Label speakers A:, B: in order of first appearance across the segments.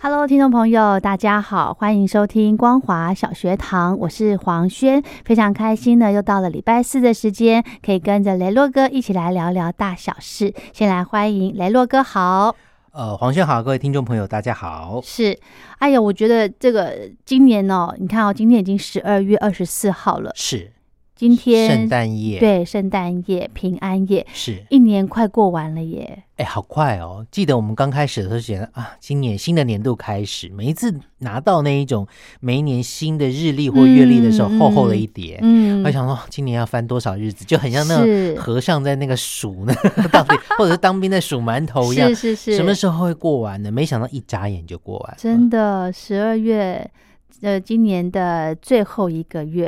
A: Hello，听众朋友，大家好，欢迎收听光华小学堂，我是黄轩，非常开心呢，又到了礼拜四的时间，可以跟着雷洛哥一起来聊聊大小事。先来欢迎雷洛哥，好，
B: 呃，黄轩好，各位听众朋友，大家好。
A: 是，哎呀，我觉得这个今年哦，你看哦，今天已经十二月二十四号了，
B: 是
A: 今天
B: 圣诞夜，，
A: 对圣诞夜、平安夜，
B: 是，
A: 一年快过完了耶，
B: 哎，好快哦！记得我们刚开始的时候觉得啊，今年新的年度开始，每一次拿到那一种每一年新的日历或月历的时候，
A: 嗯
B: 厚厚的一叠，
A: 嗯
B: 我，想说今年要翻多少日子，就很像那
A: 是
B: 种和尚在那个数呢， 到底或者是当兵在数馒头一样
A: 是，是是，
B: 什么时候会过完呢？没想到一眨眼就过完了，
A: 真的，
B: 啊
A: 十二月，呃，今年的最后一个月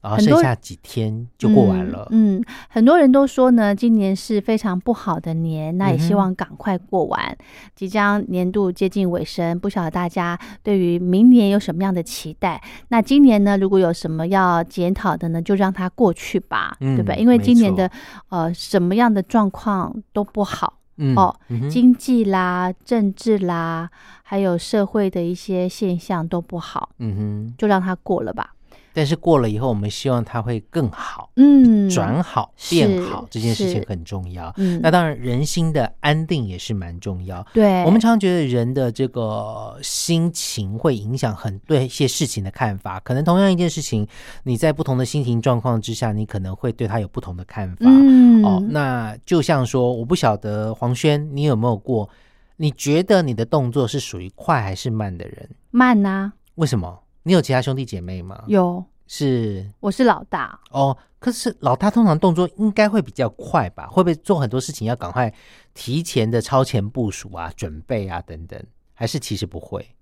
B: 然后
A: 很多
B: 剩下几天就过完
A: 嗯
B: 了。
A: 嗯。很多人都说呢，今年是非常不好的年，那也
B: 嗯哼
A: 希望赶快过完。即将年度接近尾声，不晓得大家对于明年有什么样的期待？那今年呢，如果有什么要检讨的呢，就让它过去吧，对不对？
B: 嗯
A: 因为
B: 没
A: 今年
B: 错
A: 的呃什么样的状况都不好。
B: 嗯
A: 哦
B: 嗯哼
A: 经济啦、政治啦，还有社会的一些现象都不好，
B: 嗯哼。
A: 就让它过了吧。
B: 但是过了以后，我们希望它会更好、
A: 嗯，
B: 转好、
A: 是
B: 变好，这件事情
A: 是
B: 很重要。
A: 嗯，
B: 那当然，人心的安定也是蛮重要。
A: 对，
B: 我们常常觉得人的这个心情会影响很对一些事情的看法。可能同样一件事情，你在不同的心情状况之下，你可能会对它有不同的看法。
A: 嗯
B: 哦，那就像说，我不晓得黄轩你有没有过，你觉得你的动作是属于快还是慢的人？
A: 慢呐、
B: 为什么？你有其他兄弟姐妹吗？
A: 有
B: 是
A: 我是老大，
B: 哦，可是老大通常动作应该会比较快吧？会不会做很多事情要赶快提前的超前部署啊、准备啊等等？还是其实不会？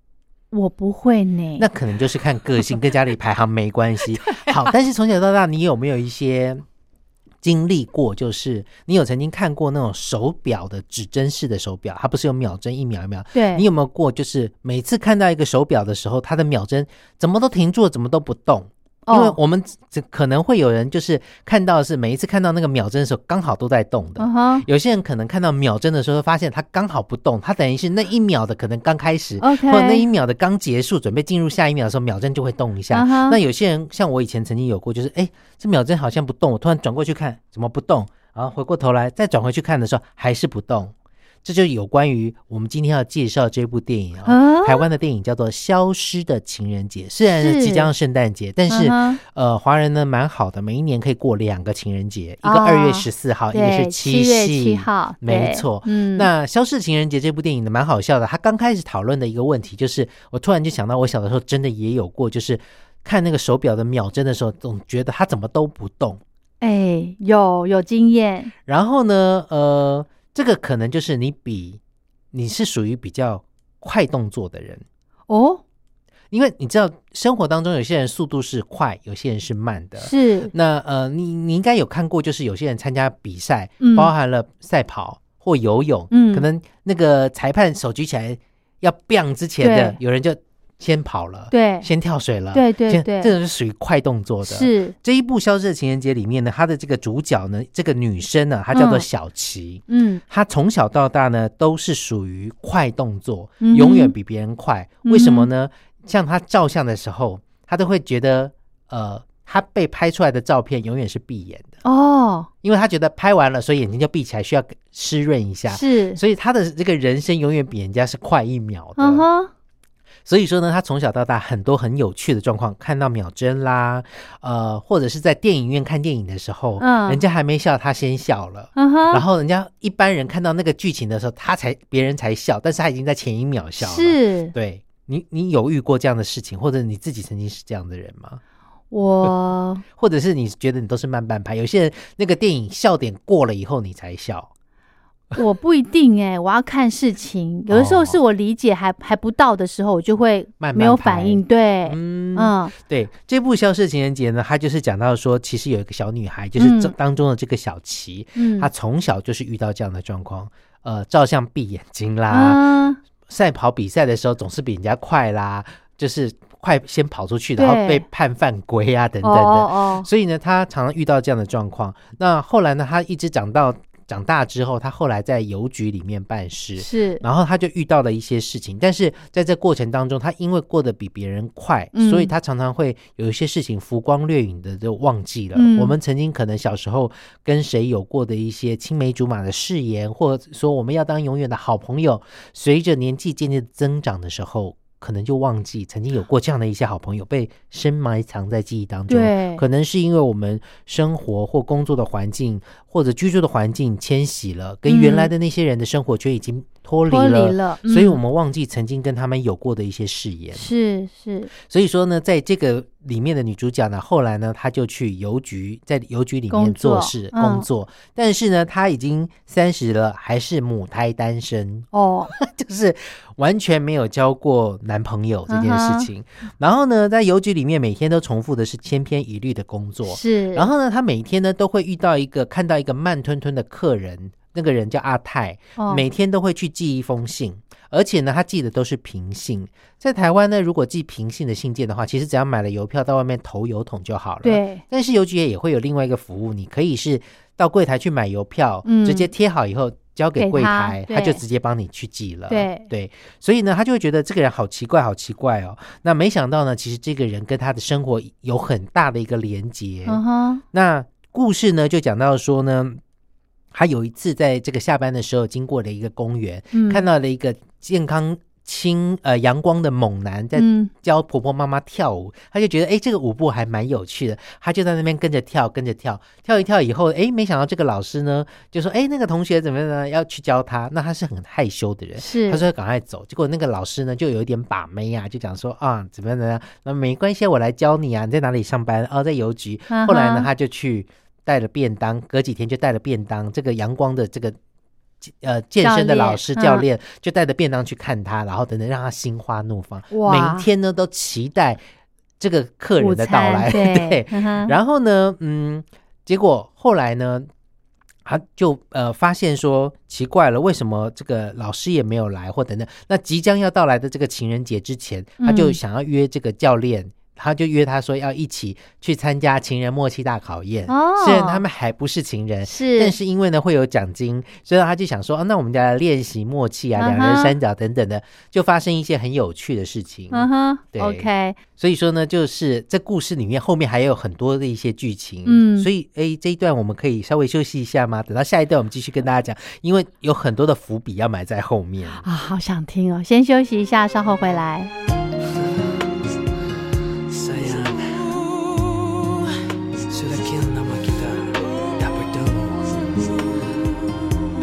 A: 我不会呢。
B: 那可能就是看个性，跟家里排行没关系。好，但是从小到大，你有没有一些经历过？就是你有曾经看过那种手表的指针式的手表，它不是有秒针一秒一秒？
A: 对，
B: 你有没有过？就是每次看到一个手表的时候，它的秒针怎么都停住了，怎么都不动。因为
A: 哦
B: 我们只可能会有人就是看到是每一次看到那个秒针的时候，刚好都在动的。
A: 嗯哼
B: 有些人可能看到秒针的时候，发现它刚好不动，它等于是那一秒的可能刚开始
A: OK
B: 或者那一秒的刚结束，准备进入下一秒的时候，秒针就会动一下。
A: 嗯哼
B: 那有些人像我以前曾经有过，就是哎，这秒针好像不动，我突然转过去看，怎么不动？然后回过头来再转回去看的时候，还是不动。这就有关于我们今天要介绍这部电影啊、
A: 啊
B: 台湾的电影叫做《消失的情人节》，虽然是
A: 是
B: 即将圣诞节，但是、
A: 嗯哼
B: 呃，华人呢蛮好的，每一年可以过两个情人节，一个
A: 哦
B: 二月十四号，一个
A: 对
B: 是七
A: 月
B: 夕
A: 七号，
B: 没
A: 对
B: 错。
A: 嗯，
B: 那《消失的情人节》这部电影呢，蛮好笑的。他刚开始讨论的一个问题，就是我突然就想到，我小的时候真的也有过，就是看那个手表的秒针的时候，总觉得它怎么都不动。
A: 哎，有有经验，
B: 然后呢，呃，这个可能就是你比你是属于比较快动作的人，
A: 哦，
B: 因为你知道生活当中有些人速度是快，有些人是慢的。
A: 是
B: 那呃，你你应该有看过，就是有些人参加比赛，
A: 嗯
B: 包含了赛跑或游泳，
A: 嗯
B: 可能那个裁判手举起来要 bang 之前的
A: 对，
B: 有人就先跑了，，
A: 对，
B: 先跳水了，
A: 对对
B: 先
A: 对
B: 这种是属于快动作的。
A: 是，
B: 这一部《消失的情人节》里面呢，她的这个主角呢，这个女生啊呢，她叫做
A: 嗯
B: 小琪。
A: 嗯，
B: 她从小到大呢，都是属于快动作，
A: 嗯哼
B: 永远比别人快。为什么呢？像她照相的时候，她都会觉得，呃，她被拍出来的照片永远是闭眼的，
A: 哦，
B: 因为她觉得拍完了，所以眼睛就闭起来，需要湿润一下。
A: 是，
B: 所以她的这个人生永远比人家是快一秒的。
A: 嗯哼，
B: 所以说呢，他从小到大很多很有趣的状况，看到秒针啦，呃，或者是在电影院看电影的时候，
A: 嗯
B: 人家还没笑，他先笑了。
A: 嗯
B: 然
A: 哼，
B: 后人家一般人看到那个剧情的时候，他才别人才笑，但是他已经在前一秒笑了。，
A: 是
B: 对你，你有遇过这样的事情，或者你自己曾经是这样的人吗？
A: 我
B: 或者是你觉得你都是慢半拍？有些人那个电影笑点过了以后你才笑，
A: 我不一定哎、我要看事情，有的时候是我理解还还不到的时候，我就会
B: 哦慢慢
A: 没有
B: 拍
A: 反应，对，
B: 嗯
A: 嗯
B: 对，这部《消失情人节》呢，它就是讲到说，其实有一个小女孩，就是这
A: 嗯
B: 当中的这个小琪，
A: 嗯，
B: 她从小就是遇到这样的状况，呃，照相闭眼睛啦，
A: 啊，
B: 赛跑比赛的时候总是比人家快啦，就是快先跑出去，然后
A: 对
B: 被判犯规啊，等
A: 哦
B: 等的。
A: 哦
B: 所以呢，她常常遇到这样的状况。那后来呢，她一直长到长大之后，她后来在邮局里面办
A: 哦，
B: 事，
A: 是，
B: 然后他就遇到了一些事情，但是在这过程当中，他因为过得比别人快，
A: 嗯
B: 所以他常常会有一些事情浮光掠影的就忘记了。
A: 嗯
B: 我们曾经可能小时候跟谁有过的一些青梅竹马的誓言，或者说我们要当永远的好朋友，随着年纪渐渐增长的时候。可能就忘记曾经有过这样的一些好朋友被深埋藏在记忆当中，
A: 对
B: 可能是因为我们生活或工作的环境或者居住的环境迁徙了，跟原来的那些人的生活圈已经脱离
A: 脱
B: 了，
A: 离了，
B: 所以
A: 嗯
B: 我们忘记曾经跟他们有过的一些誓言。
A: 是是
B: 所以说呢，在这个里面的女主角呢，后来呢，她就去邮局，在邮局里面
A: 工作
B: 做事
A: 嗯
B: 工作，但是呢，她已经三十了，还是母胎单身。
A: 哦，
B: 就是完全没有交过男朋友这件事
A: 嗯
B: 情。然后呢，在邮局里面每天都重复的是千篇一律的工作。
A: 是，
B: 然后呢，他每天呢都会遇到一个看到一个慢吞吞的客人，那个人叫阿泰，
A: 哦
B: 每天都会去寄一封信，而且呢，他寄的都是平信。在台湾呢，如果寄平信的信件的话，其实只要买了邮票到外面投邮筒就好了。。
A: 对，
B: 但是邮局也会有另外一个服务，你可以是到柜台去买邮票，
A: 嗯
B: 直接贴好以后交给柜台，
A: 给
B: 他
A: 他
B: 就
A: 对
B: 直接帮你去寄了。
A: 对
B: 所以呢，他就会觉得这个人好奇怪，好奇怪哦。那没想到呢，其实这个人跟他的生活有很大的一个连结。
A: 嗯哼，
B: 那故事呢，就讲到说呢，他有一次在这个下班的时候经过了一个公园，
A: 嗯
B: 看到了一个健康清呃阳光的猛男在
A: 嗯
B: 教婆婆妈妈跳舞，他就觉得哎、诶这个舞步还蛮有趣的，他就在那边跟着跳，跟着跳，跳一跳以后，哎、没想到这个老师呢就说哎、诶那个同学怎么样呢要去教他，那他是很害羞的人。
A: 是，
B: 他说赶快走，结果那个老师呢就有一点把妹啊，就讲说啊怎么样怎么样，那没关系，我来教你啊，你在哪里上班？哦，在邮局。
A: 嗯哼
B: 后来呢，他就去带了便当，隔几天就带了便当。这个阳光的这个呃健身的老师
A: 教练嗯
B: 教练就带着便当去看他，然后等等让他心花怒放，
A: 哇
B: 每天呢都期待这个客人
A: 午
B: 的到
A: 餐
B: 来。
A: 对，嗯哼
B: 然后呢，嗯，结果后来呢，他就呃发现说奇怪了，为什么这个老师也没有来，或等等。那即将要到来的这个情人节之前，他就
A: 嗯
B: 想要约这个教练。他就约他说要一起去参加情人默契大考验，
A: 哦
B: 虽然他们还不是情人，
A: 是，
B: 但是因为呢会有奖金，所以他就想说，啊、那我们就来练习默契啊，两
A: 嗯
B: 人
A: 哼
B: 三角等等的，就发生一些很有趣的事情。
A: 嗯哼
B: 对
A: ，OK，
B: 所以说呢，就是在故事里面后面还有很多的一些剧情，
A: 嗯
B: 所以诶这一段我们可以稍微休息一下吗？等到下一段我们继续跟大家讲，因为有很多的伏笔要埋在后面。
A: 啊，好想听哦！先休息一下，稍后回来。
C: Sayang Sudah kian nama kita Tak bertemu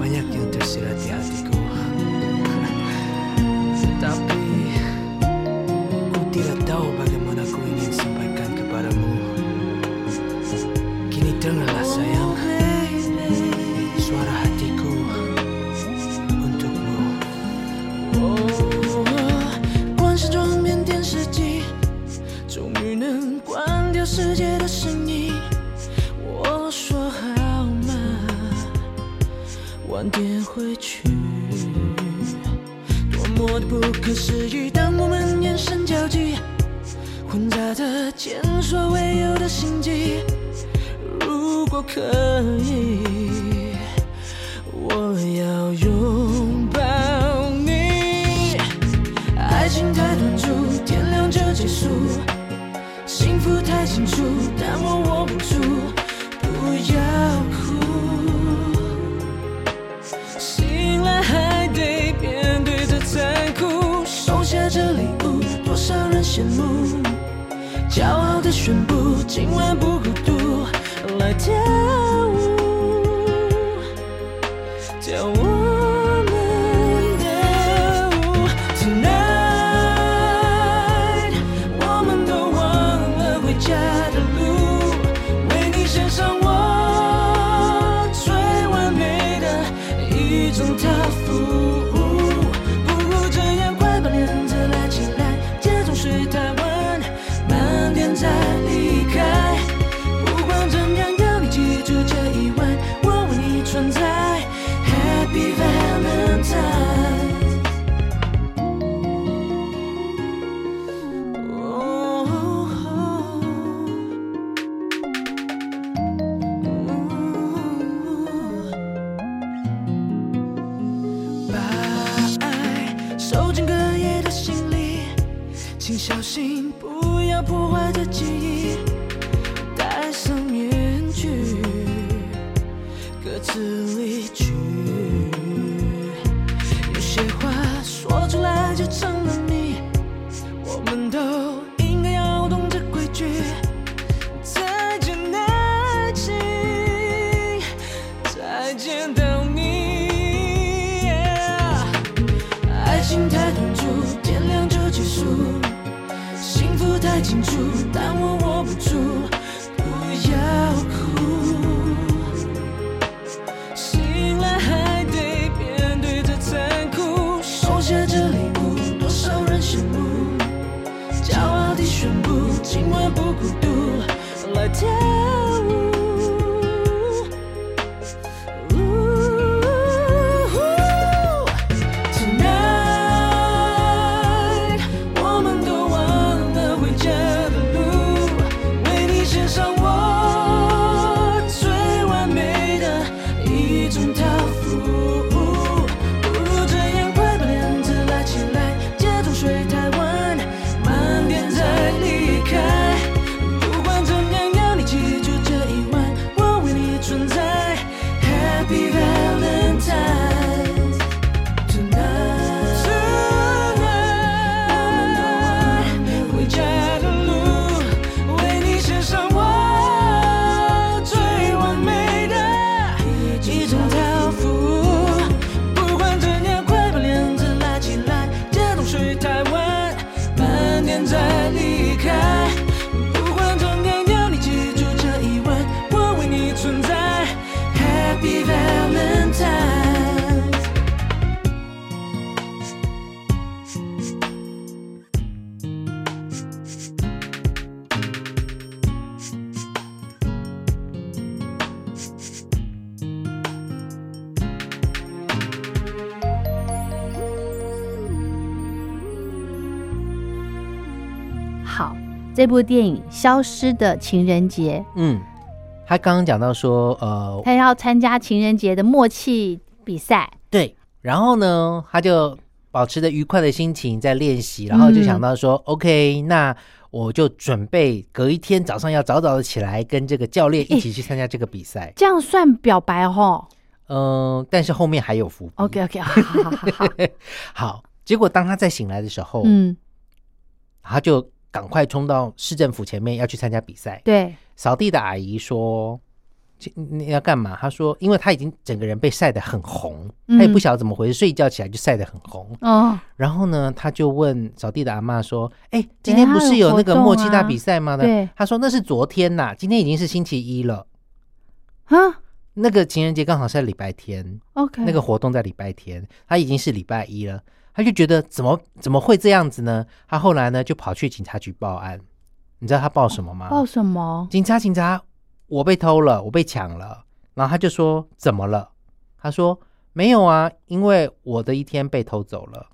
C: Banyak yang tersirat di hatiku Tetapi Ku tidak tahu bagaimana ku ingin sampaikan kepadamu Kini dengarlah sayang Suara hatiku Untukmu 关上窗边电视机，终于能关掉世界的声音。我说好吗？晚点回去。多么的不可思议，当我们眼神交集，混杂着前所未有的心悸。如果可以，我要拥抱你。爱情太短促，天亮就结束，幸福太清楚，但我握不住。不要哭，醒来还得面对这残酷，收下这礼物，宣布今晚不孤独，来跳舞，跳我们的舞。Tonight，我们都忘了回家的路，为你献上我最完美的一种套服。不如这样，快把帘子拉起来，街总是太晚，晚点再离开。不管怎样，要你记住这一晚，我为你存在。Happy Valentine。把爱收进隔夜的行李，请小心不要破坏这记忆。戴上面具，各自离去。有些话说出来就成了谜，我们都应该要懂这规矩。再见爱情，再见到你。爱情太短促，天亮就结束，幸福太清楚，但我握不住。不要哭，醒来还得面对这残酷。收下这礼物，多少人羡慕。骄傲地宣布，今晚不孤独，来跳舞。Tonight，我们都忘了回家的路，为你献上我最完美的一种套服。不如这样，快把帘子拉起来，街中睡太晚，晚点再离开。不管怎样，要你记住这一晚，我为你存在。Happy Valentine。Tonight，回家的路，为你献上我最完美的一种套服。不管怎样，快把帘子拉起来，街灯睡太晚，晚点再离开。不管怎样，要你记住这一晚，我为你存在。Happy Valentine。
A: 好，这部电影《消失的情人节
B: 嗯，他刚刚讲到说，》，呃，
A: 他要参加情人节的默契比赛。
B: 对，然后呢，他就保持着愉快的心情在练
A: 嗯
B: 习，然后就想到说、o k 那我就准备隔一天早上要早早的起来，跟这个教练一起去参加这个比赛。
A: 这样算表白吼
B: 嗯、但是后面还有伏笔。
A: ？OK OK，好 好好好，
B: 好，结果当他再醒来的时候，
A: 嗯，
B: 他就赶快冲到市政府前面要去参加比赛。
A: 对，
B: 扫地的阿姨说：“其你要干嘛？”他说：“因为他已经整个人被晒得很红，
A: 嗯
B: 他也不晓得怎么回事，睡一觉起来就晒得很红。
A: 哦，
B: 然后呢，他就问扫地的阿嬷说：‘哎，
A: 等一
B: 今天
A: 下
B: 不是有那
A: 有活
B: 个
A: 动啊
B: 默契大比赛吗？’
A: 对
B: 他说：‘那是昨天呐、今天已经是星期一了。
A: 啊
B: 那个情人节刚好是在礼拜天，
A: ，OK，
B: 那个活动在礼拜天，他已经是礼拜一了。’他就觉得怎么怎么会这样子呢？他后来呢就跑去警察局报案。你知道他报什么吗？
A: 报什么？
B: 警察，警察，我被偷了，我被抢了。然后他就说怎么了？他说没有啊，因为我的一天被偷走了。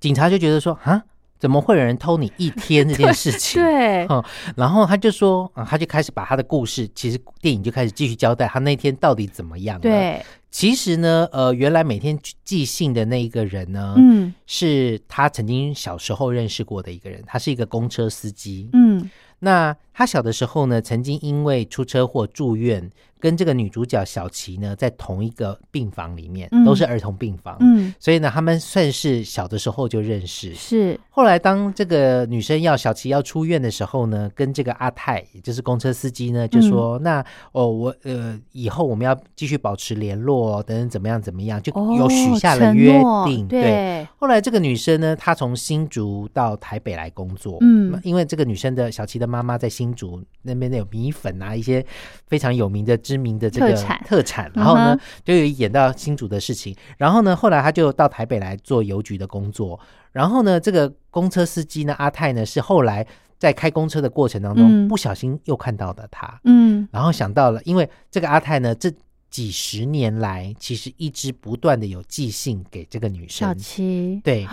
B: 警察就觉得说啊，怎么会有人偷你一天这件事 情？
A: 对，
B: 嗯，然后他就说，啊，他就开始把他的故事，其实电影就开始继续交代他那天到底怎么样了。，
A: 对，
B: 其实呢，呃，原来每天寄信的那一个人呢，
A: 嗯
B: 是他曾经小时候认识过的一个人，他是一个公车司机。
A: 嗯
B: 那他小的时候呢，曾经因为出车祸住院，跟这个女主角小琪呢在同一个病房里面，
A: 嗯
B: 都是儿童病房，
A: 嗯，
B: 所以呢，他们算是小的时候就认识。
A: 是，
B: 后来，当这个女生要小琪要出院的时候呢，跟这个阿泰，也就是公车司机呢，就说：“
A: 嗯
B: 那哦，我呃，以后我们要继续保持联络、哦，等等，怎么样怎么样，就
A: 哦，
B: 有许下了
A: 承
B: 约
A: 诺
B: 定。
A: 对，
B: 后来这个女生呢，她从新竹到台北来工作，
A: 嗯
B: 因为这个女生的小琪的妈妈在新竹那边有米粉啊，一些非常有名的、知名的这个
A: 特产
B: 特产，然后呢、
A: 嗯哼
B: 就有演到新竹的事情，然后呢，后来她就到台北来做邮局的工作，然后呢，这个公车司机呢，阿泰呢是后来在开公车的过程当中、
A: 嗯
B: 不小心又看到的她，
A: 嗯，
B: 然后想到了，因为这个阿泰呢，这几十年来其实一直不断的有寄信给这个女生
A: 小，琪，
B: 对，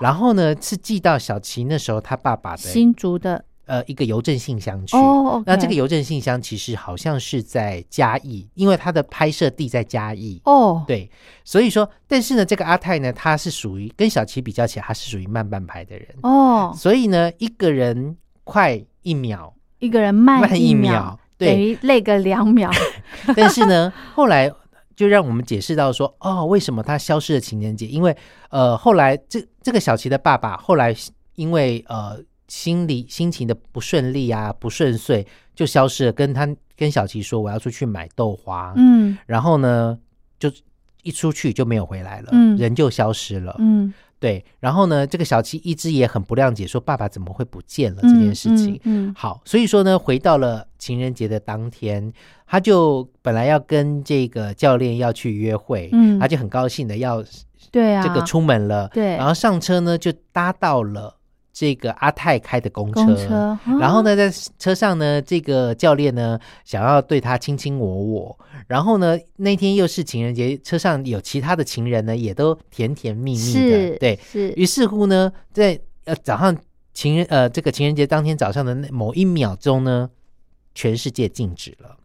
B: 然后呢是寄到小琪那时候他爸爸的
A: 新竹的
B: 呃一个邮政信箱去。
A: 哦，
B: 那这个
A: OK
B: 邮政信箱其实好像是在嘉义，因为它的拍摄地在嘉义。
A: 哦，
B: 对，所以说，但是呢，这个阿泰呢，他是属于跟小琪比较起来，他是属于慢半拍的人，
A: 哦，
B: 所以呢，一个人快一秒，
A: 一个人慢
B: 慢一
A: 秒
B: 秒，
A: 等
B: 对
A: 于累个两 秒，
B: 但是呢，后来就让我们解释到说，哦，为什么他消失了情人节？因为呃，后来这这个小琪的爸爸后来因为呃心理心情的不顺利啊，不顺遂，就消失了。跟他跟小琪说，我要出去买豆花，
A: 嗯
B: 然后呢，就一出去就没有回来了，
A: 嗯
B: 人就消失了。
A: 嗯，
B: 对，然后呢，这个小琪一直也很不谅解，说爸爸怎么会不见了这
A: 嗯
B: 件事情。，
A: 嗯，嗯
B: 好，所以说呢，回到了情人节的当天，他就本来要跟这个教练要去约会，
A: 嗯
B: 他就很高兴的要这
A: 对啊，
B: 个出门了，
A: 对
B: 然后上车呢就搭到了这个阿泰开的公车，
A: 公车，哦
B: 然后
A: 呢，
B: 呢，在车上呢，这个教练呢想要对他卿卿我我，然后呢，那天又是情人节，车上有其他的情人呢，也都甜甜蜜蜜
A: 是
B: 的，，对，
A: 是，
B: 于是乎呢，在呃早上情人呃这个情人节当天早上的那某一秒钟呢，全世界静止了。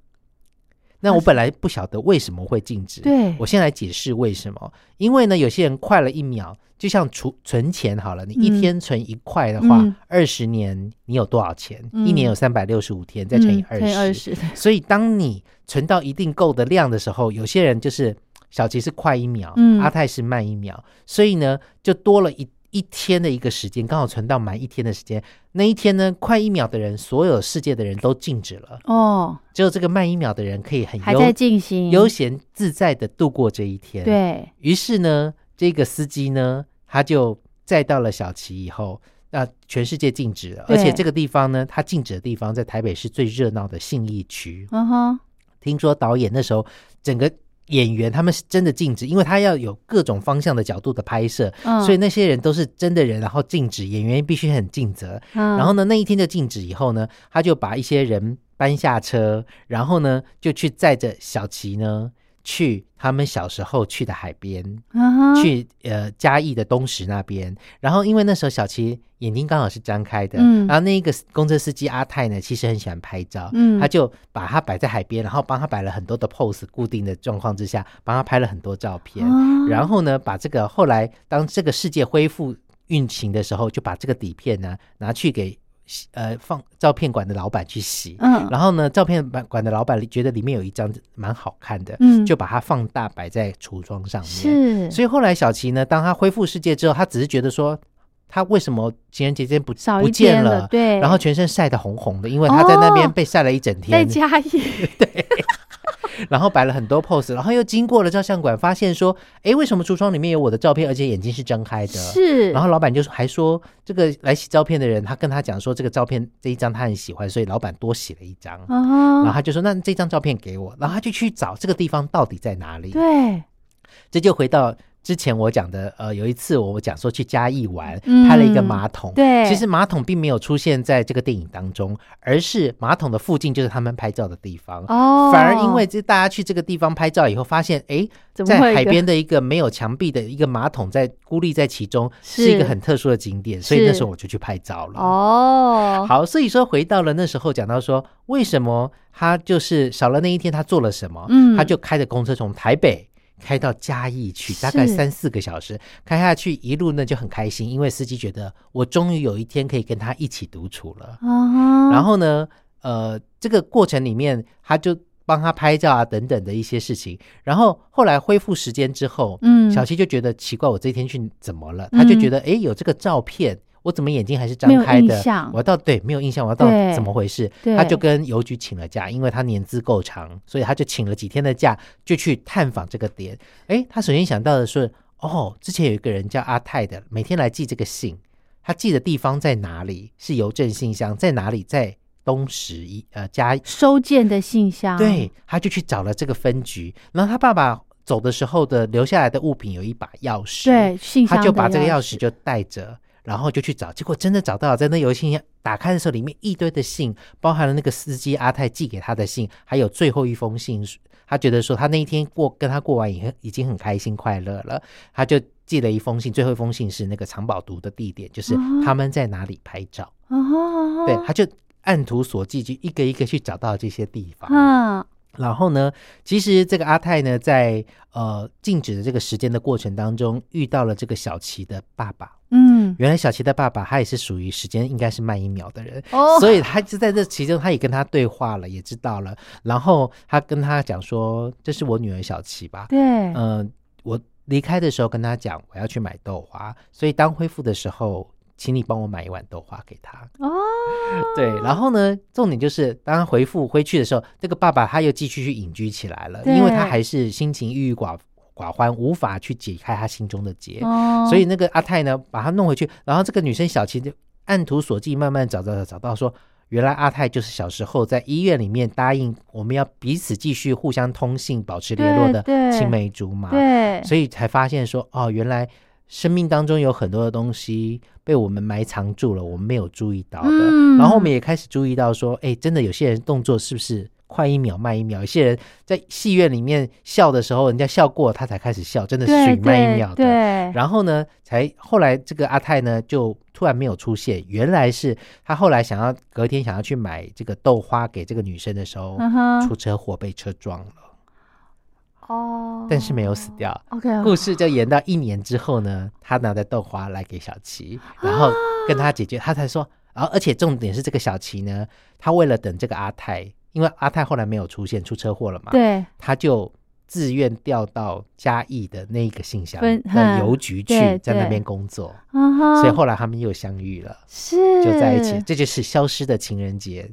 B: 那我本来不晓得为什么会静止，
A: 对
B: 我先来解释为什么。因为呢，有些人快了一秒，就像储存钱好了，你一
A: 嗯
B: 天存一块的话
A: 嗯，
B: 二十、年你有多少钱？
A: 嗯
B: 一年有三百六十五天，再乘以
A: 嗯
B: 二
A: 乘以二十，
B: 十、所以当你存到一定够的量的时候，有些人就是小吉是快一秒，
A: 嗯
B: 阿泰是慢一秒，所以呢就多了一一天的一个时间，刚好存到满一天的时间。那一天呢，快一秒的人，所有世界的人都静止了，
A: 哦，
B: 只有这个慢一秒的人可以很
A: 还在
B: 悠
A: 进行，
B: 悠闲自在的度过这一天。，
A: 对，
B: 于是呢，这个司机呢，他就载到了小琪以后。那全世界静止了，而
A: 对
B: 且这个地方呢，它静止的地方在台北市最热闹的信义区。
A: 嗯哼，
B: 听说导演那时候整个演员他们是真的静止，因为他要有各种方向的角度的拍摄，
A: 嗯
B: 所以那些人都是真的人，然后静止，演员必须很尽责。
A: 然
B: 然后呢，那一天就静止以后呢，他就把一些人搬下车，然后呢就去载着小琪呢去他们小时候去的海边。
A: 嗯
B: 去呃嘉义的东石那边，然后因为那时候小七眼睛刚好是张开的，
A: 嗯
B: 然后那个公车司机阿泰呢，其实很喜欢拍照，
A: 嗯
B: 他就把它摆在海边，然后帮他摆了很多的 pose，固定的状况之下，帮他拍了很多照片，
A: 哦
B: 然后呢，把这个后来当这个世界恢复运行的时候，就把这个底片呢拿去给洗呃放照片馆的老板去洗，
A: 嗯，
B: 然后呢，照片馆馆的老板觉得里面有一张蛮好看的，
A: 嗯
B: 就把它放大摆在橱窗上面，
A: 是，
B: 所以后来小琪呢，当他恢复世界之后，他只是觉得说，他为什么情人节间不
A: 少
B: 不
A: 一
B: 见
A: 天
B: 了？
A: 对，
B: 然后全身晒得红红的，因为他在那边
A: 哦
B: 被晒了一整
A: 再
B: 天，
A: 加一，
B: 然后摆了很多 pose，然后又经过了照相馆，发现说，哎，为什么橱窗里面有我的照片，而且眼睛是睁开的？
A: 是，
B: 然后老板就说还说，这个来洗照片的人，他跟他讲说，这个照片这一张他很喜欢，所以老板多洗了一张。然后
A: 啊，
B: 他就说，那这张照片给我，然后他就去找这个地方到底在哪里。
A: 对，
B: 这就回到之前我讲的，呃，有一次我讲说去嘉义玩，
A: 嗯
B: 拍了一个马桶。
A: 对
B: 其实马桶并没有出现在这个电影当中，而是马桶的附近就是他们拍照的地方。
A: 哦，
B: 反而因为这大家去这个地方拍照以后，发现哎，
A: 怎么
B: 在
A: 会有一
B: 海
A: 个
B: 边的一个没有墙壁的一个马桶在孤立在其中，是一个
A: 是
B: 很特殊的景点，所以那时候我就去拍照了。
A: 哦，
B: 好，所以说回到了那时候，讲到说为什么他就是少了那一天，他做了什么？
A: 嗯
B: 他就开着公车从台北开到嘉义去，大概
A: 是
B: 三四个小时，开下去一路呢就很开心，因为司机觉得我终于有一天可以跟他一起独处了。
A: 啊，
B: 然后呢，呃，这个过程里面他就帮他拍照啊等等的一些事情。然后后来恢复时间之后，
A: 嗯
B: 小七就觉得奇怪，我这一天去怎么了？他就觉得诶，有这个照片。我怎么眼睛还是张
A: 没有
B: 开
A: 印
B: 的
A: 象？
B: 我到对没有印象，我到
A: 对
B: 怎么回事？
A: 对
B: 他就跟邮局请了假，因为他年资够长，所以他就请了几天的假，就去探访这个点。诶，他首先想到的是，哦，之前有一个人叫阿泰的，每天来寄这个信，他寄的地方在哪里？是邮政信箱在哪里？在东石一呃嘉义。
A: 收件的信箱，
B: 对，他就去找了这个分局，然后他爸爸走的时候的留下来的物品有一把钥匙，
A: 对，信箱
B: 他就把这个
A: 钥
B: 钥匙就带着，然后就去找，结果真的找到了，在那邮信箱打开的时候，里面一堆的信，包含了那个司机阿泰寄给他的信，还有最后一封信，他觉得说他那一天过跟他过完以后已经很开心快乐了，他就寄了一封信，最后一封信是那个藏宝图的地点，就是
A: 哦
B: 他们在哪里拍照，
A: 哦，
B: 对，他就按图索骥，就一个一个去找到这些地方，
A: 嗯，
B: 然后呢，其实这个阿泰呢，在呃静止的这个时间的过程当中，遇到了这个小琪的爸爸。
A: 嗯，
B: 原来小琪的爸爸他也是属于时间应该是慢一秒的人，
A: 哦
B: 所以他就在这其中，他也跟他对话了，也知道了。然后他跟他讲说：“这是我女儿小琪吧？”
A: 对，
B: 嗯、我离开的时候跟他讲我要去买豆花，所以当恢复的时候，请你帮我买一碗豆花给他。
A: 哦，
B: 对，然后呢，重点就是当他回复回去的时候，这个爸爸他又继续去隐居起来了，
A: 对
B: 因为他还是心情郁郁寡寡欢，无法去解开他心中的结，
A: 哦
B: 所以那个阿泰呢，把他弄回去，然后这个女生小琪就按图索骥，慢慢找找找找到说。原来阿泰就是小时候在医院里面答应我们要彼此继续互相通信、保持联络的
A: 对对
B: 青梅竹马。
A: 对，
B: 啊所以才发现说，哦，原来生命当中有很多的东西被我们埋藏住了，我们没有注意到的。
A: 嗯
B: 然后我们也开始注意到说，哎，真的有些人动作是不是快一秒慢一秒？有些人在戏院里面笑的时候，人家笑过他才开始笑，真的是属
A: 对
B: 于慢一
A: 对
B: 秒的。
A: 对，
B: 然后呢，才后来这个阿泰呢就突然没有出现，原来是他后来想要隔天想要去买这个豆花给这个女生的时候，
A: 嗯哼
B: 出车祸被车撞了，
A: 哦，
B: 但是没有死掉。
A: OK，哦
B: 故事就延到一年之后呢，他拿着豆花来给小琪，
A: 啊
B: 然后跟他解决，他才说，然后而且重点是这个小琪呢，他为了等这个阿泰，因为阿泰后来没有出现，出车祸了嘛，
A: 对，
B: 他就自愿调到嘉义的那个信箱
A: 分
B: 的邮局去
A: 对，
B: 在那
A: 对
B: 边工作，
A: 啊哈，
B: 所以后来他们又相遇了，
A: 是
B: 就在一起，这就是消失的情人节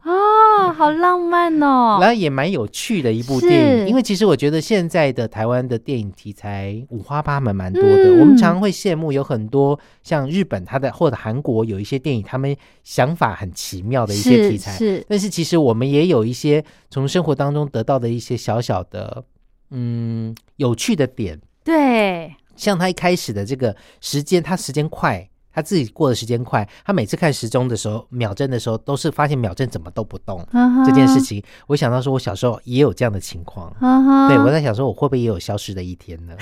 A: 啊，好浪漫
B: 然
A: 哦，
B: 后也蛮有趣的一部电影，
A: 是
B: 因为其实我觉得现在的台湾的电影题材五花八门蛮多的，
A: 嗯
B: 我们常会羡慕有很多像日本它的或者韩国有一些电影，他们想法很奇妙的一些
A: 是
B: 题材，
A: 是，
B: 但是其实我们也有一些从生活当中得到的一些小小的嗯有趣的点，
A: 对，
B: 像他一开始的这个时间，他时间快。他自己过的时间快，他每次看时钟的时候，秒针的时候，都是发现秒针怎么都不动，
A: 啊
B: 这件事情，我想到说，我小时候也有这样的情况。
A: 啊哈，
B: 对，我在想说，我会不会也有消失的一天 呢？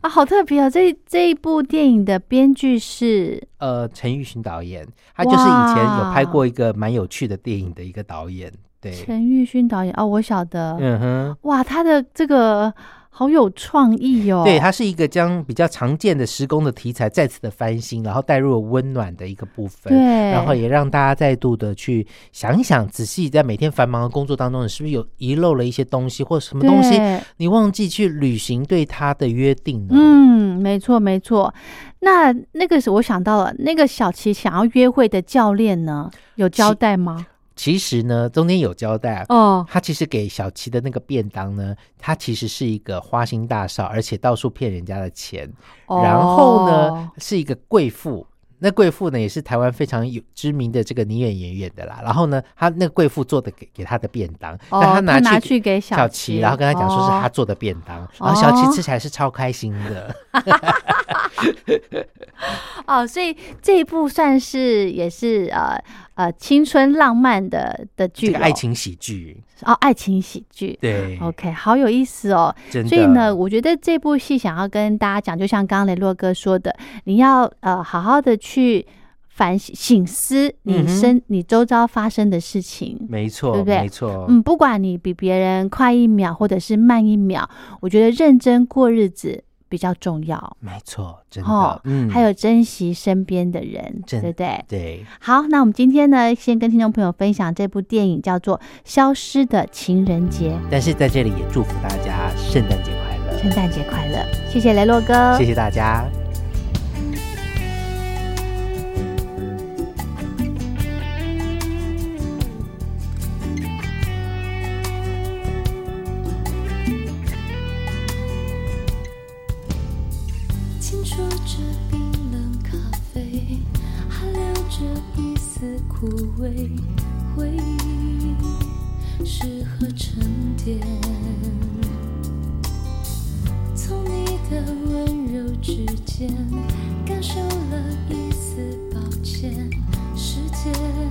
A: 啊，好特别哦！这这一部电影的编剧是
B: 呃，陈玉勋导演，他就是以前有
A: 哇
B: 拍过一个蛮有趣的电影的一个导演。对，
A: 陈玉勋导演哦，我晓得。
B: 嗯哼，
A: 哇，他的这个好有创意哦。
B: 对，它是一个将比较常见的施工的题材再次的翻新，然后带入了温暖的一个部分。
A: 对
B: 然后也让大家再度的去想一想，仔细在每天繁忙的工作当中，你是不是有遗漏了一些东西，或什么东西
A: 对
B: 你忘记去履行对他的约定呢？
A: 嗯，没错没错。那那个是我想到了，那个小琪想要约会的教练呢，有交代吗？
B: 其实呢，中间有交代，啊
A: 哦，
B: 他其实给小琪的那个便当呢，他其实是一个花心大少，而且到处骗人家的钱。然后呢
A: 哦，，
B: 是一个贵妇。那贵妇呢，也是台湾非常有知名的这个你远演员的啦。然后呢，他那个贵妇做的给给他的便当，
A: 哦
B: 但拿
A: 她拿
B: 去
A: 去给小哦
B: 小
A: 琪
B: 然后跟他讲说是他做的便当，然后小琪吃起来是超开心的。
A: 哦，所以这一部算是也是呃呃青春浪漫的的剧、
B: 这
A: 哦，
B: 个爱情喜剧，
A: 哦爱情喜剧。
B: 对
A: OK，好有意思哦。
B: 真的。
A: 所以呢，我觉得这部戏想要跟大家讲，就像刚刚雷洛哥说的，你要呃好好的去反省醒思你
B: 嗯哼嗯
A: 身、你周遭发生的事情。
B: 没错，
A: 对不对
B: 没错，
A: 嗯，不管你比别人快一秒或者是慢一秒，我觉得认真过日子比较重要。
B: 没错，真的，
A: 哦，
B: 嗯，
A: 还有珍惜身边的人，对
B: 真
A: 不对？
B: 对，
A: 好，那我们今天呢，先跟听众朋友分享这部电影叫做《消失的情人节
B: 但是在这里也祝福大家圣诞节快》，
A: 圣
B: 乐，
A: 诞节快乐！谢谢雷洛哥，
B: 谢谢大家。
D: 清楚着冰冷咖啡，还留着一丝苦味，回忆适合沉淀。从你的温柔指尖，感受了一丝抱歉，时间。